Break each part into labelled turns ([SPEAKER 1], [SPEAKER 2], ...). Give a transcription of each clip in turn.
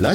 [SPEAKER 1] ラ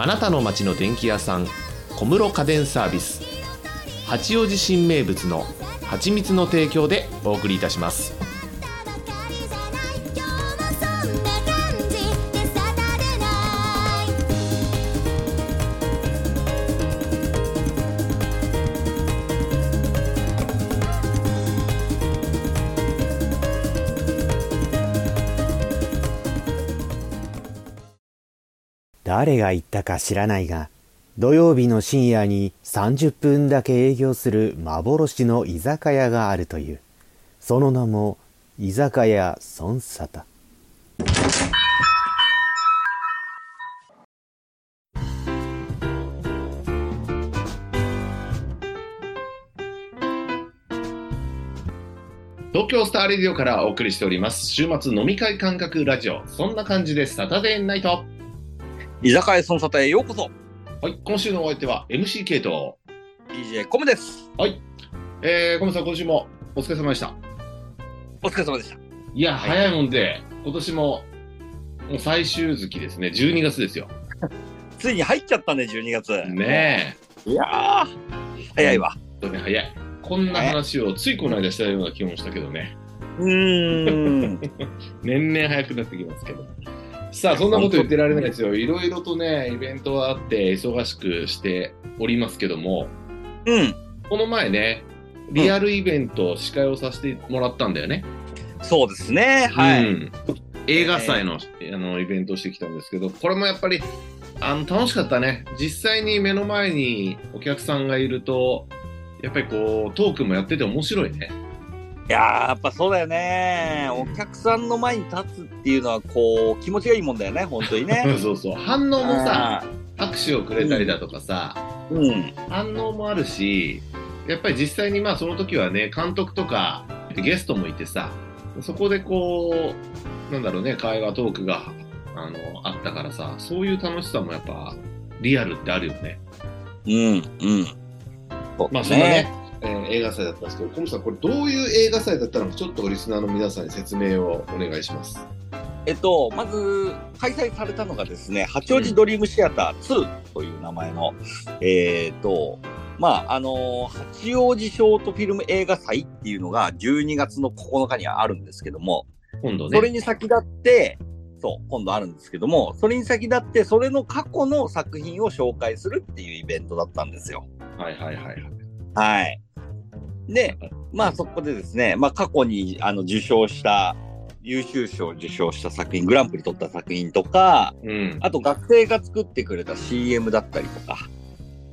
[SPEAKER 1] あなたの街の電気屋さん小室家電サービス八王子新名物の蜂蜜の提供でお送りいたします
[SPEAKER 2] たばかりじゃない今日もそんな感じでサタデーナイト
[SPEAKER 3] 誰が言ったか知らないが、土曜日の深夜に30分だけ営業する幻の居酒屋があるという。その名も、居酒屋孫沙汰。
[SPEAKER 1] 東京スターレディオからお送りしております週末飲み会感覚ラジオそんな感じですサタデーナイト
[SPEAKER 4] 居酒屋その里へようこそ
[SPEAKER 1] はい今週のお相手は MCK と
[SPEAKER 4] DJ コムです
[SPEAKER 1] えー、小室さん今週もお疲れ様でした
[SPEAKER 4] お疲れ様でした
[SPEAKER 1] いや、早いもんで、今年も、もう最終月ですね、12月ですよ。
[SPEAKER 4] ついに入っちゃったね12月
[SPEAKER 1] ね
[SPEAKER 4] いやー早いわ
[SPEAKER 1] え、本当に早い。こんな話をついこの間したような気もしたけどね、
[SPEAKER 4] うーん
[SPEAKER 1] 年々早くなってきますけど。さあ、そんなこと言ってられないですよ。いろいろとね、イベントはあって、忙しくしておりますけども、
[SPEAKER 4] うん
[SPEAKER 1] この前ね、リアルイベント、司会をさせてもらったんだよね。
[SPEAKER 4] そうですねはい、
[SPEAKER 1] うん映画祭の,、あのイベントをしてきたんですけどこれもやっぱりあの楽しかったね実際に目の前にお客さんがいるとやっぱりこうトークもやってて面白いね
[SPEAKER 4] いやーやっぱそうだよねお客さんの前に立つっていうのはこう気持ちがいいもんだよね本当に ね
[SPEAKER 1] そうそう反応もさ
[SPEAKER 4] あ
[SPEAKER 1] 拍手をくれたりだとかさ、
[SPEAKER 4] ーうん
[SPEAKER 1] 反応もあるしやっぱり実際にまあその時はね監督とかゲストもいてさそこでこうなんだろうね会話トークがあのあったからさそういう楽しさもやっぱリアルってあるよね
[SPEAKER 4] うんうんそう
[SPEAKER 1] まあそんなね、えー映画祭だったんですけど、コムさん、これどういう映画祭だったのか、ちょっとリスナーの皆さんに説明をお願いします。
[SPEAKER 4] えっと、まず開催されたのがですね、八王子ドリームシアター2という名前の、えーっと、まあ、あのー八王子ショートフィルム映画祭っていうのが12月の9日にあるんですけども、
[SPEAKER 1] 今度
[SPEAKER 4] それに先立って、そう、今度あるんですけども、それに先立って、それの過去の作品を紹介するっていうイベントだったんですよ。
[SPEAKER 1] はいはいはいはい。
[SPEAKER 4] はい。で、まあそこでですね、まあ過去にあの受賞した、優秀賞を受賞した作品、グランプリ取った作品とか、
[SPEAKER 1] うん。
[SPEAKER 4] あと学生が作ってくれた CM だったりとか、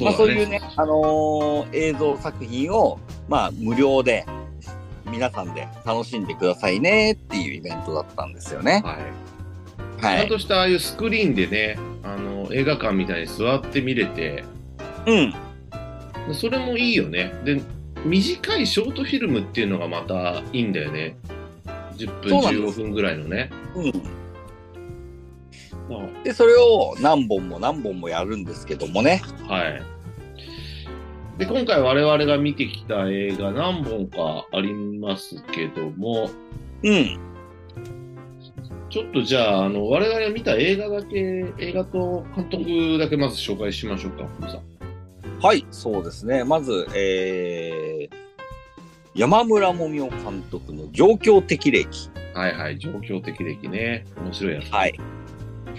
[SPEAKER 4] まあそういうね、あのー映像作品を、まあ無料で、皆さんで楽しんでくださいねっていうイベントだったんですよね。
[SPEAKER 1] はい。ち
[SPEAKER 4] は
[SPEAKER 1] ゃん
[SPEAKER 4] い。
[SPEAKER 1] としたああいうスクリーンでね、あの映画館みたいに座って見れて、
[SPEAKER 4] うん。
[SPEAKER 1] それもいいよね。で、短いショートフィルムっていうのがまたいいんだよね。10分、
[SPEAKER 4] そうなんで
[SPEAKER 1] 15
[SPEAKER 4] す
[SPEAKER 1] 分ぐらいのね。
[SPEAKER 4] うん。で、それを何本も何本もやるんですけどもね。
[SPEAKER 1] はい。で、今回我々が見てきた映画何本かありますけども、
[SPEAKER 4] うん。
[SPEAKER 1] ちょっとじゃあ、あの、我々が見た映画だけ、映画と監督だけまず紹介しましょうか、本さん。
[SPEAKER 4] はい、そうですね。まず、えー、山村もみお監督の状況的歴。
[SPEAKER 1] はいはい、状況的歴ね。面白いやつ。
[SPEAKER 4] はい。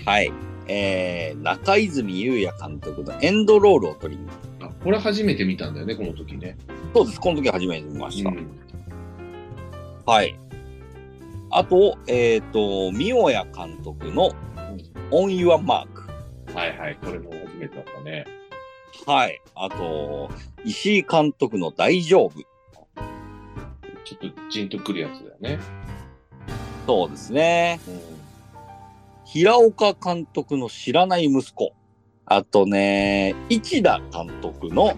[SPEAKER 4] はい。えー、中泉優也監督のエンドロールを取りに。
[SPEAKER 1] あこれ初めて見たんだよね、この時ね。
[SPEAKER 4] そうです。この時初めて見ました。
[SPEAKER 1] うん
[SPEAKER 4] はい。あと、えっ、と、三尾谷監督のオン・ユア・マーク。
[SPEAKER 1] はいはい、これも初めてだったね。
[SPEAKER 4] はい。あと、石井監督の大丈夫。
[SPEAKER 1] ちょっとジンとくるやつだよね。
[SPEAKER 4] そうですね。平岡監督の知らない息子。あとね、市田監督の、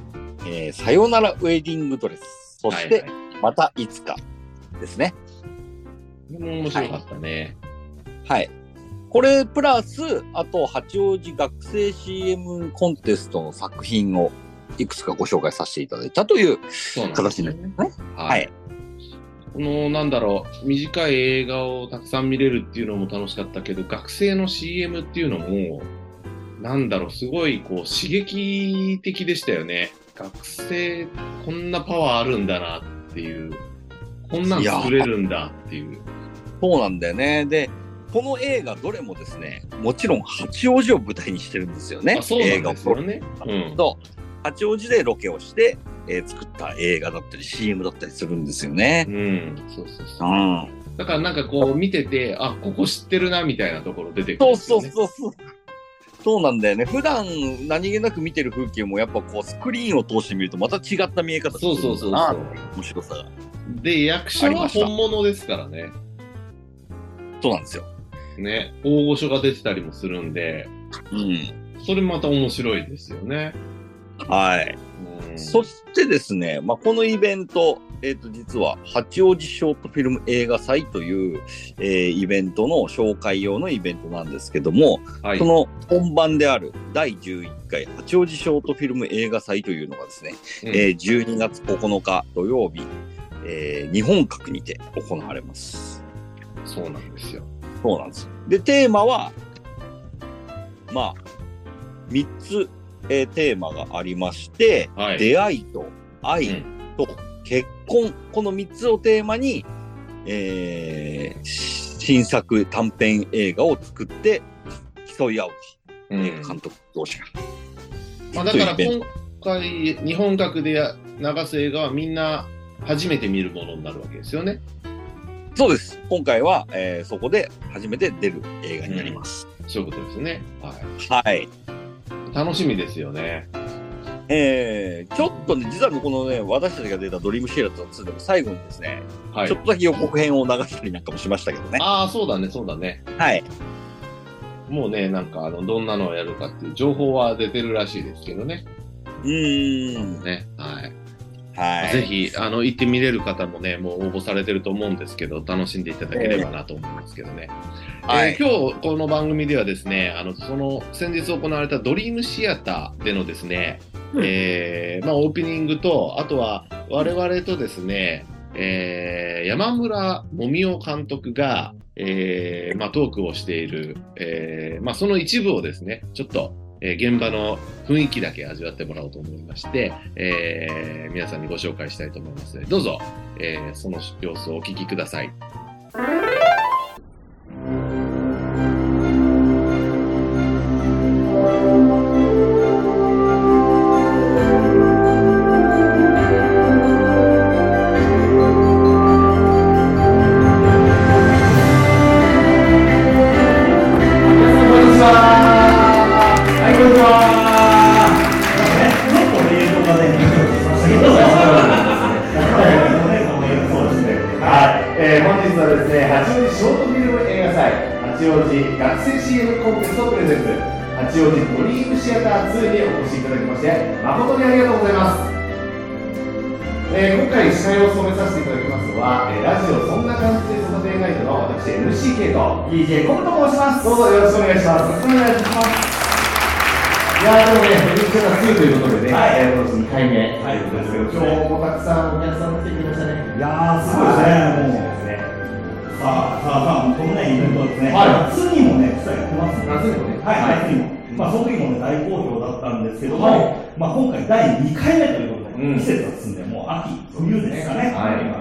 [SPEAKER 4] えーさよならウェディングドレス。そし
[SPEAKER 1] は
[SPEAKER 4] て、
[SPEAKER 1] いはい
[SPEAKER 4] またいつかですね。
[SPEAKER 1] これも面白かったね。
[SPEAKER 4] はい。これプラス、あと、八王子学生 CM コンテストの作品をいくつかご紹介させていただいたという
[SPEAKER 1] そうなんです
[SPEAKER 4] 形にな
[SPEAKER 1] ね
[SPEAKER 4] り。ますね。
[SPEAKER 1] は
[SPEAKER 4] はい。。
[SPEAKER 1] この、なんだろう、短い映画をたくさん見れるっていうのも楽しかったけど、学生の CM っていうのも、なんだろう、すごいこう刺激的でしたよね。学生、こんなパワーあるんだなっていう、こんなん作れるんだっていう。
[SPEAKER 4] そうなんだよね。で、この映画どれもですね、もちろん八王子を舞台にしてるんですよね。
[SPEAKER 1] あそうなんですよ
[SPEAKER 4] 映
[SPEAKER 1] ね。
[SPEAKER 4] 画を
[SPEAKER 1] う
[SPEAKER 4] 撮る
[SPEAKER 1] ん。
[SPEAKER 4] と、八王子でロケをして、えー作った映画だったり CM だったりするんですよね
[SPEAKER 1] う。ん、そうそう
[SPEAKER 4] う
[SPEAKER 1] そう。
[SPEAKER 4] ん。
[SPEAKER 1] だからなんかこう見てて、あ、ここ知ってるなみたいなところ出てくるん
[SPEAKER 4] そう
[SPEAKER 1] ですよ
[SPEAKER 4] そう
[SPEAKER 1] ね、
[SPEAKER 4] そうそう。そうなんだよね。普段何気なく見てる風景もやっぱこうスクリーンを通して見るとまた違った見え方するんだな
[SPEAKER 1] そうそうそうそう
[SPEAKER 4] ってい面白さが。
[SPEAKER 1] で、役者
[SPEAKER 4] あり
[SPEAKER 1] は
[SPEAKER 4] ました
[SPEAKER 1] 本物ですからね。
[SPEAKER 4] そうなんですよ。
[SPEAKER 1] ね、大御所が出てたりもするんで、
[SPEAKER 4] うん。
[SPEAKER 1] それまた面白いですよね。
[SPEAKER 4] はい。
[SPEAKER 1] うん、
[SPEAKER 4] そしてですね、まあ、このイベント、えっ、と、実は、八王子ショートフィルム映画祭という、えーイベントの紹介用のイベントなんですけども、
[SPEAKER 1] はい、
[SPEAKER 4] その本番である第11回八王子ショートフィルム映画祭というのがですね、
[SPEAKER 1] うん
[SPEAKER 4] えー12月9日土曜日、えー日本各にて行われます。
[SPEAKER 1] そうなんですよ。
[SPEAKER 4] そうなんです。で、テーマは、まあ、3つ、えーテーマがありまして、
[SPEAKER 1] はい。
[SPEAKER 4] 出会いと
[SPEAKER 1] う
[SPEAKER 4] 愛
[SPEAKER 1] ん
[SPEAKER 4] と結婚、この3つをテーマに、えー新作短編映画を作って競い合う
[SPEAKER 1] う
[SPEAKER 4] と、映
[SPEAKER 1] ん
[SPEAKER 4] 画監督同士が。
[SPEAKER 1] まあ、だから
[SPEAKER 4] というイベン
[SPEAKER 1] 今回、日本学でや流す映画はみんな初めて見るものになるわけですよね。
[SPEAKER 4] そうです。今回は、えーそこで初めて出る映画になります。
[SPEAKER 1] そういうことですね。は
[SPEAKER 4] はい。
[SPEAKER 1] い。楽しみですよね。
[SPEAKER 4] えーちょっとね、実はねこのね、私たちが出たドリームシェラと2でも最後にですね、
[SPEAKER 1] は
[SPEAKER 4] ちょっ
[SPEAKER 1] い。
[SPEAKER 4] とだけ予告編を流したりなんかもしましたけどね。
[SPEAKER 1] ああ、そうだね、そうだね。
[SPEAKER 4] はい。
[SPEAKER 1] もうね、なんか、あの、どんなのをやるかっていう情報は出てるらしいですけどね。
[SPEAKER 4] うーん。
[SPEAKER 1] ね。はい。
[SPEAKER 4] はい。
[SPEAKER 1] ぜひ、あの、行ってみれる方もね、もう応募されてると思うんですけど、楽しんでいただければなと思いますけどね。
[SPEAKER 4] はい
[SPEAKER 1] えー今日、この番組ではですね、あの、その、先日行われたドリームシアターでのですね、
[SPEAKER 4] うん
[SPEAKER 1] えーまあ、オープニングと、あとは、我々とですね、えー山村もみお監督が、えーまあ、トークをしている、えーまあ、その一部をですね、ちょっと、えー現場の雰囲気だけ味わってもらおうと思いまして、えー皆さんにご紹介したいと思いますので、どうぞ、えーその様子をお聞きください。
[SPEAKER 5] はい、えー、本日はですね、八王子ショートフィルム映画祭、八王子学生 CM コンテストプレゼンツ、八王子ドリームシアター2にお越しいただきまして、誠にありがとうございます。えー、今回司会を務めさせていただきますのは、えー、ラジオそんな感じで育てガイドの私 MCK と DJ コムと申します。どうぞよろしくお願いします。お願いします。いやーでもね、ドリームシアター2ということでね、はい、えー、今年2回目、はい、今日もたくさんお客さん来てくれましたね。
[SPEAKER 6] いやー、すごいですね、もう。さあ、さあ、さあ、このね、イベントですね。
[SPEAKER 5] はい
[SPEAKER 6] 夏にもね、来たり来ます
[SPEAKER 5] 夏にもね
[SPEAKER 6] はい、夏にも。
[SPEAKER 5] うん
[SPEAKER 6] まあ、その時もね、大好評だったんですけども、
[SPEAKER 5] はい
[SPEAKER 6] まあ、今回第2回目ということで、
[SPEAKER 5] うん
[SPEAKER 6] 季節が進んで、もう秋、冬ですかね、
[SPEAKER 5] はい
[SPEAKER 6] 今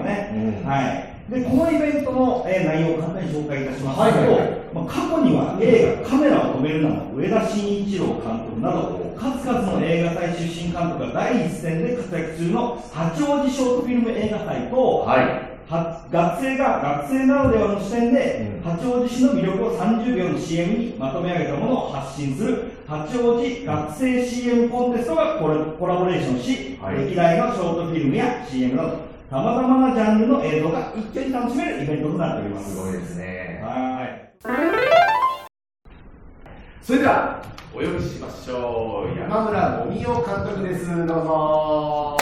[SPEAKER 5] うん
[SPEAKER 6] ね。はい。で、このイベントの、えー内容を簡単に紹介いたしますけど、
[SPEAKER 5] はいはいはい
[SPEAKER 6] まあ、過去には映画「カメラを止めるな」の上田慎一郎監督など数々の映画祭出身監督が第一線で活躍中の八王子ショートフィルム映画祭と、
[SPEAKER 5] はい。
[SPEAKER 6] は学生が学生ならではの視点で、
[SPEAKER 5] うん
[SPEAKER 6] 八王子市の魅力を30秒の CM にまとめ上げたものを発信する八王子学生 CM コンテストがコラコラボレーションし、
[SPEAKER 5] はい
[SPEAKER 6] 歴代のショートフィルムや CM などさまざまなジャンルの映像が一挙に楽しめるイベントとなっております
[SPEAKER 5] すごいですね。
[SPEAKER 6] はい
[SPEAKER 5] それでは、
[SPEAKER 7] お呼びしましょう山村もみお監督ですどうぞ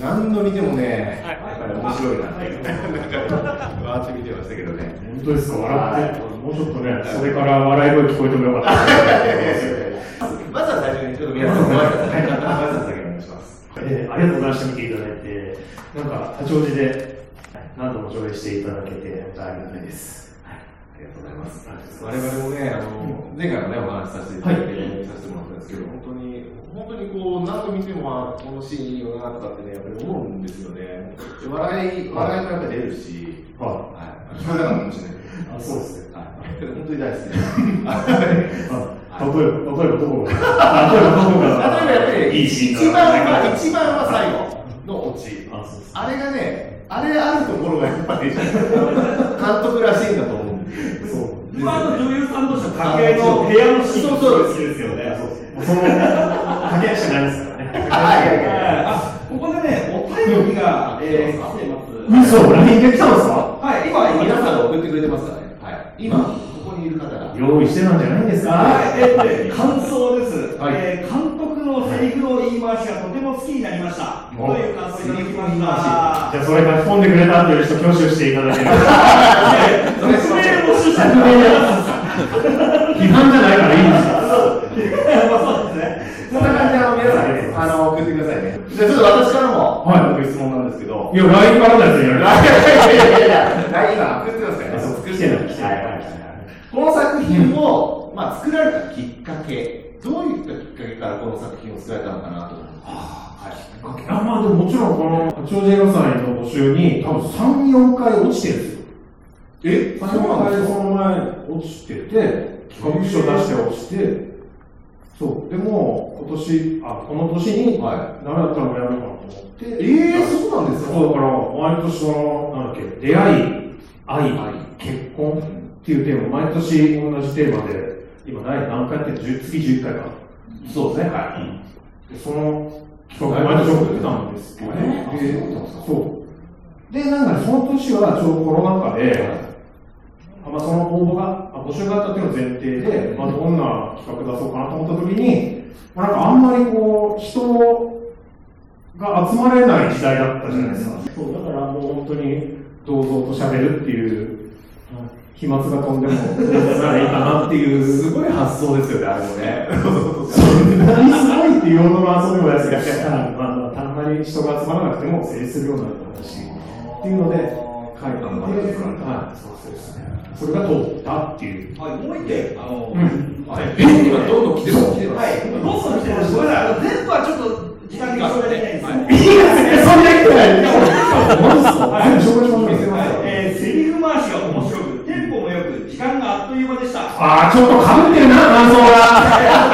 [SPEAKER 7] 何度見てもね、やっぱり面白いなって、なんか、わーって見てましたけどね。
[SPEAKER 8] 本当ですか、笑って、もうちょっとね、それから笑い声聞こえてもよかった。
[SPEAKER 7] まずは最初に、ちょっと皆さん、ご挨拶ね、 ご挨拶だけお願いします。
[SPEAKER 8] えーありがとうございました、見ていただいて、なんか、八王子で何度も上映していただけて、本当にありがたいです。はいありがとうございま
[SPEAKER 7] 我
[SPEAKER 8] す。
[SPEAKER 7] 々もね、あの、前回もね、お話しさせていただいて、させてもらったんですけど、本当に、本当にこう、何度見ても、あこのシーンいいよなとかってね、やっぱり思うんですよね。笑い、笑いもやっぱ出るし、
[SPEAKER 8] は
[SPEAKER 7] はい。聞こえなかったかもしれないけ
[SPEAKER 8] い、あそうですね。
[SPEAKER 7] ど、はい。本当に大好きです。
[SPEAKER 8] あ例えば、例えばどこが、例えばどこ
[SPEAKER 7] 例えばやっぱ
[SPEAKER 8] が、
[SPEAKER 7] り
[SPEAKER 8] いいシー
[SPEAKER 7] 一
[SPEAKER 8] ン
[SPEAKER 7] 番
[SPEAKER 8] がない
[SPEAKER 7] は
[SPEAKER 8] か
[SPEAKER 7] 一番は最後のオチ
[SPEAKER 8] あそうです
[SPEAKER 7] あれがねあれあるところがやっぱり監督らしいんだと思うんですよそう
[SPEAKER 8] 僕はあの女優さんとしての掛け合いの部屋のシーン
[SPEAKER 7] そうそう
[SPEAKER 8] 好きですよね。そうその、掛け合いしないですからね。
[SPEAKER 7] はいはいはい
[SPEAKER 6] あここでね、お便りが、えー、来てます。
[SPEAKER 8] 嘘、LINE で来たんですか
[SPEAKER 6] はい、今、
[SPEAKER 7] 皆
[SPEAKER 6] 皆
[SPEAKER 7] さんが
[SPEAKER 6] さん
[SPEAKER 7] 送ってくれてますからね、はい、今ここにいる方が
[SPEAKER 8] 用意してたんじゃないんですか
[SPEAKER 6] はい、えー感想です、
[SPEAKER 7] はい
[SPEAKER 6] えー監督のセリフの言い回しがとても好きになりました。
[SPEAKER 8] お
[SPEAKER 6] という感想いた
[SPEAKER 7] セ
[SPEAKER 6] だきま
[SPEAKER 7] リフの言い
[SPEAKER 6] し
[SPEAKER 7] 回
[SPEAKER 6] た
[SPEAKER 8] じ。ゃあそれ書き込んでくれたという人挙手していただ けます
[SPEAKER 6] 説明募集した
[SPEAKER 8] 批 判じゃないからいいですか
[SPEAKER 6] そうですね。
[SPEAKER 7] そんな感じであの皆さんねあの送ってくださいねじゃあちょっと私からも、
[SPEAKER 8] は
[SPEAKER 7] ご質問なんですけど
[SPEAKER 8] いや、LINE からだよ、
[SPEAKER 7] いやいやい
[SPEAKER 8] ね、
[SPEAKER 7] やいやいや今送ってますからね
[SPEAKER 8] そう
[SPEAKER 7] 作
[SPEAKER 8] 作
[SPEAKER 7] っ
[SPEAKER 8] ってて
[SPEAKER 7] る
[SPEAKER 8] る
[SPEAKER 7] この作品を、まあ、作られたきっかけどういったきっかけからこの作品を作られたのかなと思うんです
[SPEAKER 8] あまあでももちろんこの八王子映画祭の募集に多分3、4回落ちてるんですよ
[SPEAKER 7] え
[SPEAKER 8] 3、4回その前落ちてて企画書出して落ちてそう、でも今年、あ、この年にダメ
[SPEAKER 7] は
[SPEAKER 8] だったらもうやめようかなと思って
[SPEAKER 7] い。ええそうなんですか
[SPEAKER 8] そうだから、毎年その、なんだっけ、出会い、愛、結婚っていうテーマ、毎年同じテーマで、今何何回やってるの次11回か。そうですね、はい。でその企画を毎年送ってたんですけど、でそう。で、なんかねその年はちょうどコロナ禍で、まあ、その応募が、あ募集があったっていうのを前提で、まあ、どんな企画出そうかなと思った時に、まあ、なんかあんまりこう、人が集まれない時代だったじゃないですか。そう、だからもう本当に堂々と喋るっていう、飛沫が飛んでも、ならいいかなっていう、すごい
[SPEAKER 7] 発想ですよね、あれもね。
[SPEAKER 8] 何すごいっていうような遊びをやつがしたら、まあ、たんまり人が集まらなくても成立するようになったらしい。っていうので、書いたのがあるんですから、はい、そうそうですね。それが通ったっていう。
[SPEAKER 6] はい、もう一点、あの、
[SPEAKER 8] うん
[SPEAKER 6] はい。
[SPEAKER 7] 今どんどん来てます。来てま
[SPEAKER 6] はい、どうぞ来てます。ごめんなさい、全部はちょっと時間がそれでないです。
[SPEAKER 8] いいですね、そんな人ないマジっすか紹介しましょう見せま
[SPEAKER 6] は
[SPEAKER 8] すよ、
[SPEAKER 6] いえーセリフ回しが面白く、テンポも良く、時間があっという間でした。
[SPEAKER 8] あー、ちょっと被ってるな、感想が。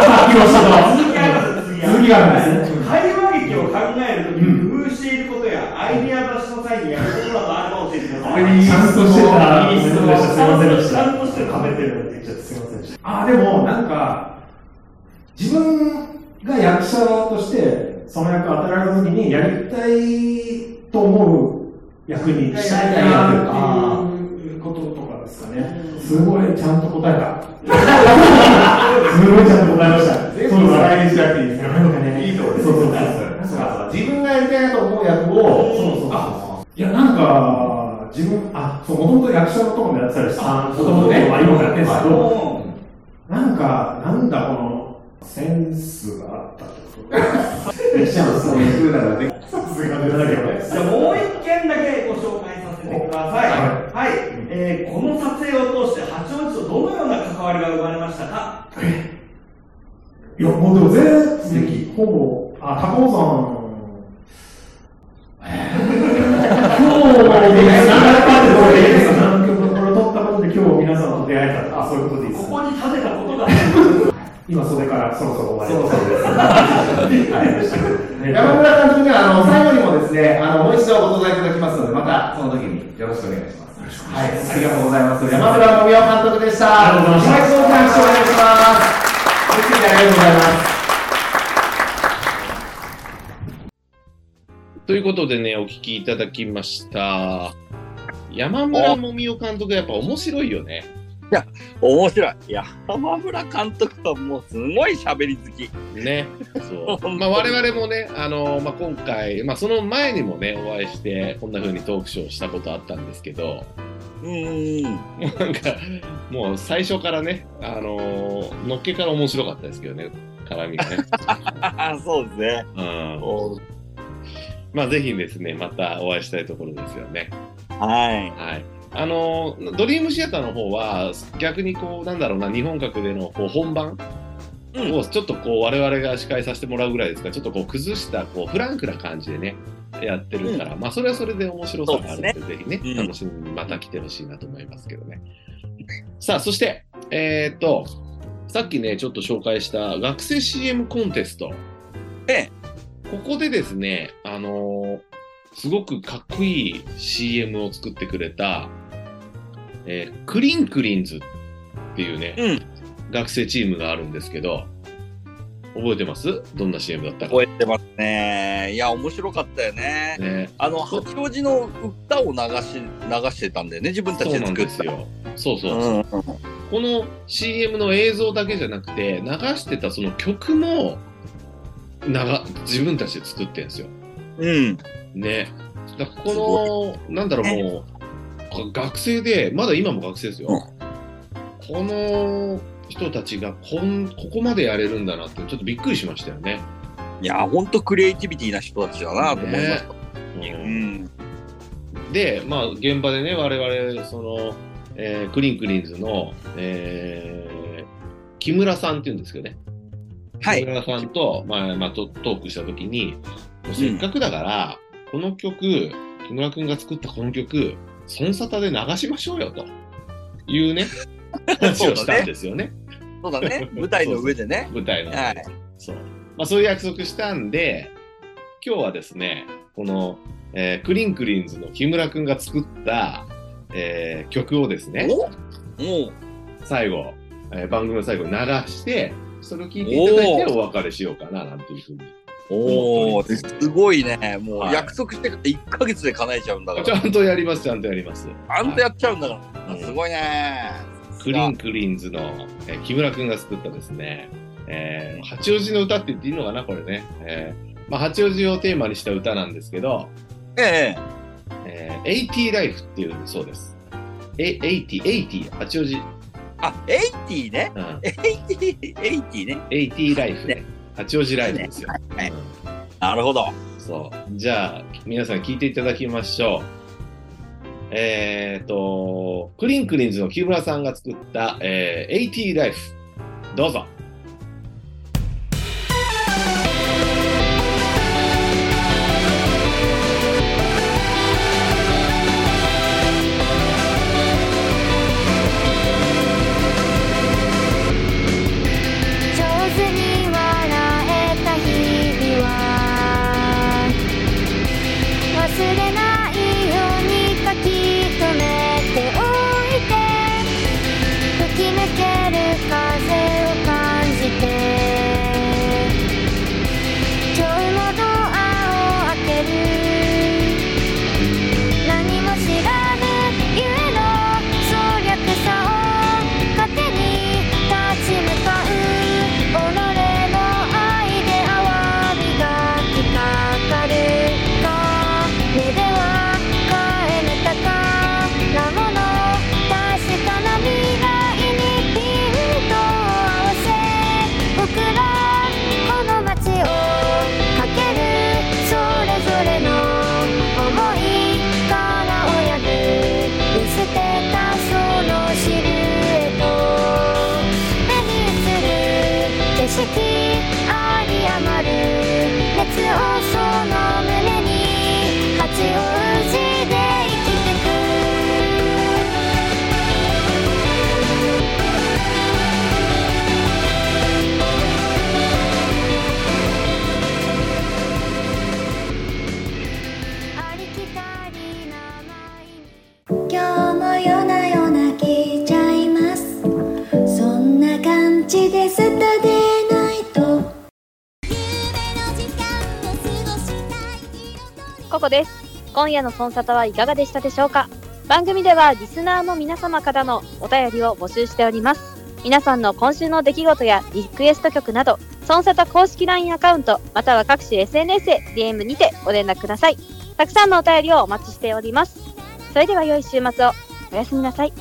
[SPEAKER 8] さっきの人と。
[SPEAKER 6] 続
[SPEAKER 8] 続き
[SPEAKER 6] きあります続き
[SPEAKER 8] があるんですね
[SPEAKER 6] 会話劇を考えるときに工夫していることや、アイデア出しの際にやることなどあれば教えてください。
[SPEAKER 8] ちゃんとしてた。いい質問でした。すいませんでし
[SPEAKER 6] ち
[SPEAKER 8] た。
[SPEAKER 6] ゃんとしてる
[SPEAKER 8] 食べてるって言っちゃってすいませんでした。あー、でも、なんか、自分が役者として、その役を与えられた時に、やりたいと思う役にしたいなっていうこととかですかね。すごいちゃんと答えた。すごいちゃんと答えました。
[SPEAKER 7] 全
[SPEAKER 8] そう
[SPEAKER 7] 部
[SPEAKER 8] だ
[SPEAKER 7] 笑いにしなくていいですよ。
[SPEAKER 8] なんかね、
[SPEAKER 7] いいとこです
[SPEAKER 8] そうそうそう。
[SPEAKER 7] 自分がやりたいなと思う役を、そうそうあ
[SPEAKER 8] いや、なんか、自分、あ、そう、もともと役者のとこもやってたりして、もともとね、今もやってるんですけど、なんか、なんだこの、センスがあったって ことでし ょ
[SPEAKER 7] そういうならで、
[SPEAKER 8] さすがでなきゃね。
[SPEAKER 6] じゃあもう一件だけご紹介させてください。
[SPEAKER 8] は
[SPEAKER 6] はい、えーこの撮影を通して八王子とどのような関わりが生まれましたか。
[SPEAKER 8] いや、もうでも全素敵。ほぼ、あ、高尾さん。今日もね、何回かで撮れ何曲かこれ撮ったことで今日皆さんと出会えたら、あ、そういうことでいいです
[SPEAKER 6] こ
[SPEAKER 8] ね。
[SPEAKER 6] こに立てたことが。
[SPEAKER 8] 今それからそろそろ終わりです。はい
[SPEAKER 7] 山村監督には、あの、最後にもですね、あの、もう一度ご登場いただきますので、また、その時によろしくお願いします。はい、ありがとうございます。山村もみお監督でした。
[SPEAKER 8] ありがとうございまし
[SPEAKER 7] ご拍手
[SPEAKER 8] た
[SPEAKER 7] お願いします。ご視聴ありがとうございます。
[SPEAKER 1] ということでね、お聞きいただきました。い山村もみお監督やっぱ面白いよね。
[SPEAKER 4] 面白い。いや、浜村監督はもうすごい喋り好き。
[SPEAKER 1] ね。そう。まあ我々もね、あのまあ今回、まあその前にもね、お会いして、こんな風にトークショーしたことあったんですけど、
[SPEAKER 4] うーん。
[SPEAKER 1] なんか、もう最初からね、あののっけから面白かったですけどね、絡みがね。
[SPEAKER 4] あそうですね。
[SPEAKER 1] うん。
[SPEAKER 4] お
[SPEAKER 1] まあぜひですね、またお会いしたいところですよね。
[SPEAKER 4] はい。
[SPEAKER 1] はい。あのドリームシアターの方は逆にこうなんだろうな日本角でのこう本番
[SPEAKER 4] うん
[SPEAKER 1] をちょっとこう我々が司会させてもらうぐらいですからちょっとこう崩したこうフランクな感じでねやってるから、まあそれはそれで面白さがあるのでぜひね
[SPEAKER 4] うん
[SPEAKER 1] 楽しみにまた来てほしいなと思いますけどね、さあそしてえーっとさっきねちょっと紹介した学生 CM コンテスト
[SPEAKER 4] え
[SPEAKER 1] ここでですねあのーすごくかっこいい CM を作ってくれた、えークリンクリンズっていうね、
[SPEAKER 4] うん
[SPEAKER 1] 学生チームがあるんですけど、覚えてますどんな CM だったか。
[SPEAKER 4] 覚えてますね。いや、面白かったよね。
[SPEAKER 1] ね、
[SPEAKER 4] あの、八王子の歌を流し、流してたんだよね、自分たち
[SPEAKER 1] そうな
[SPEAKER 4] で
[SPEAKER 1] ん
[SPEAKER 4] 作っ
[SPEAKER 1] です
[SPEAKER 4] た。
[SPEAKER 1] よ。そうそうう。
[SPEAKER 4] ん
[SPEAKER 1] この CM の映像だけじゃなくて、流してたその曲も、流自分たちで作ってるんですよ。
[SPEAKER 4] うん。
[SPEAKER 1] ね。だからこの、なんだろう、もう、学生で、まだ今も学生ですよ。
[SPEAKER 4] うん
[SPEAKER 1] この人たちがこん、ここまでやれるんだなって、ちょっとびっくりしましたよね。
[SPEAKER 4] いや、ほんとクリエイティビティな人たちだなと思いました。うん。
[SPEAKER 1] で、まあ、現場でね、我々、その、えークリンクリンズの、えー木村さんっていうんですけどね。
[SPEAKER 4] は
[SPEAKER 1] 木
[SPEAKER 4] い。
[SPEAKER 1] 村さんと、まあまあ、トトークしたときに、もうせっかくだから、この曲、木村君が作ったこの曲、孫沙汰で流しましょうよという ね、話をしたんですよね、
[SPEAKER 4] そう だね。舞台の上でね。
[SPEAKER 1] 舞台の上で、
[SPEAKER 4] はい
[SPEAKER 1] そうまあ。そういう約束したんで、今日はですね、この、えークリンクリンズの木村君が作った、えー曲をですね、
[SPEAKER 4] おもう、
[SPEAKER 1] 最後、えー番組の最後に流して、それを聞いていただいてお別れしようかななんていうふうに
[SPEAKER 4] おお、すごいね。も
[SPEAKER 1] は
[SPEAKER 4] う
[SPEAKER 1] い
[SPEAKER 4] 約束して1ヶ月で叶えちゃうんだか
[SPEAKER 1] ち
[SPEAKER 4] ら。
[SPEAKER 1] ゃんとやります、ちゃんとやります。
[SPEAKER 4] あんとやっちゃうんだから。
[SPEAKER 1] うん
[SPEAKER 4] すごいね。
[SPEAKER 1] クリンクリンズの、えー木村くんが作ったですね、えー八王子の歌って言っていいのかな、これね。えーまあ、八王子をテーマにした歌なんですけど、
[SPEAKER 4] ええ。
[SPEAKER 1] えー、80ライフっていうそうです。え、80、80、八王子、
[SPEAKER 4] あ、エイティね。
[SPEAKER 1] うん、
[SPEAKER 4] エイティ、エイティね。
[SPEAKER 1] 80ライフね。八王子ライフですよ。
[SPEAKER 4] はい
[SPEAKER 1] うん
[SPEAKER 4] なるほど。
[SPEAKER 1] そう。じゃあ、皆さん聞いていただきましょう。えっ、と、クリンクリンズの木村さんが作った、えー、AT ライフ。どうぞ。
[SPEAKER 2] 上手に笑えた日々は忘れないように書き留めておいて吹き抜ける風を感じて今日のドアを開ける何も知らぬゆえの省略さを糧に立ち向かう己の愛で泡みがきかかるか目では変えぬ宝物確かな未来にピントを合わせ僕らこの街をかけるそれぞれの思いから親ぐ捨てたそのシルエット目に映る景色あり余る熱をその胸に八王子で生きてくありきたりな毎日今日も夜な夜な聞いちゃいますそんな感じでスタデーナイト
[SPEAKER 9] ここです今夜のコンサートはいかがでしたでしょうか番組ではリスナーの皆様からのお便りを募集しております皆さんの今週の出来事やリクエスト曲などその他公式 LINE アカウントまたは各種 SNS へ DM にてご連絡くださいたくさんのお便りをお待ちしておりますそれでは良い週末をおやすみなさい